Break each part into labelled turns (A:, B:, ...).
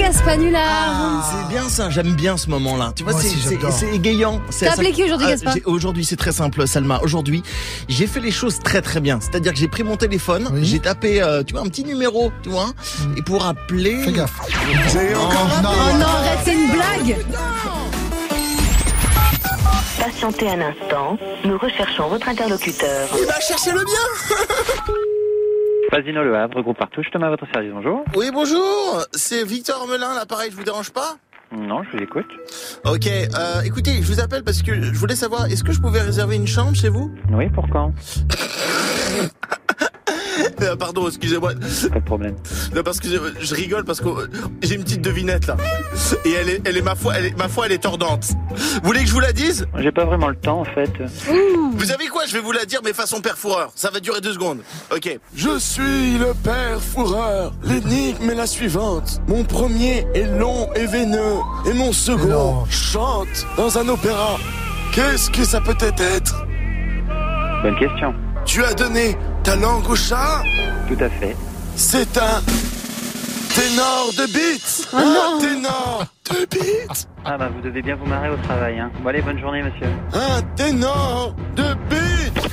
A: Gaspanular.
B: C'est bien ça, j'aime bien ce moment-là. Tu vois,
C: Moi
B: c'est-
C: aussi,
B: c'est
C: j'adore.
B: c'est égayant. C'est-
A: T'as
B: ça-
A: appelé qui aujourd'hui,
B: Ah,
A: Gaspard
B: j'ai- Aujourd'hui, c'est très simple, Salma. Aujourd'hui, j'ai fait les choses très très bien. C'est-à-dire que j'ai pris mon téléphone,
C: Oui. Mm.
B: j'ai tapé, euh, tu vois, un petit numéro, tu vois, et pour appeler.
C: Fais gaffe. Ah,
B: encore-
C: non.
A: Oh non, arrête, c'est une blague.
D: Patientez un instant, nous recherchons votre interlocuteur.
B: Il va chercher le bien.
E: Basino Le Havre, groupe partout, je te mets à votre service, bonjour.
B: Oui, bonjour. C'est Victor Melin, l'appareil. Je vous dérange pas
E: Non, je vous écoute.
B: Ok. euh, écoutez, je vous appelle parce que je voulais savoir, est-ce que je pouvais réserver une chambre chez vous
E: Oui, pour quand
B: Euh, Pardon, excusez-moi.
E: Pas de problème.
B: Non, parce que je, je rigole parce que euh, j'ai une petite devinette là. Et elle est, elle est ma foi, elle est, ma foi, elle est tordante. Vous voulez que je vous la dise
E: J'ai pas vraiment le temps en fait.
B: Vous savez quoi Je vais vous la dire, mais façon perfoureur. Ça va durer deux secondes. Ok.
F: Je suis le père fourreur. L'énigme est la suivante. Mon premier est long et veineux. Et mon second
C: Non.
F: chante dans un opéra. Qu'est-ce que ça peut être
E: Bonne question.
F: Tu as donné ta langue au chat
E: Tout à fait.
F: C'est un ténor de beats. un ténor de beats.
E: Ah bah vous devez bien vous marrer au travail, hein. Bon allez, bonne journée monsieur.
F: Un ténor de beats.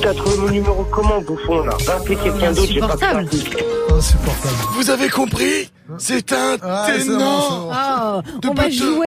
G: T'as trouvé mon numéro comment, bouffon, là Rappelez quelqu'un d'autre, j'ai pas
A: Insupportable.
G: pu
C: Insupportable.
F: Vous avez compris C'est un
C: Ah, c'est bon, c'est
F: ténor.
C: bon.
A: Oh, on va
F: Double
A: jouer.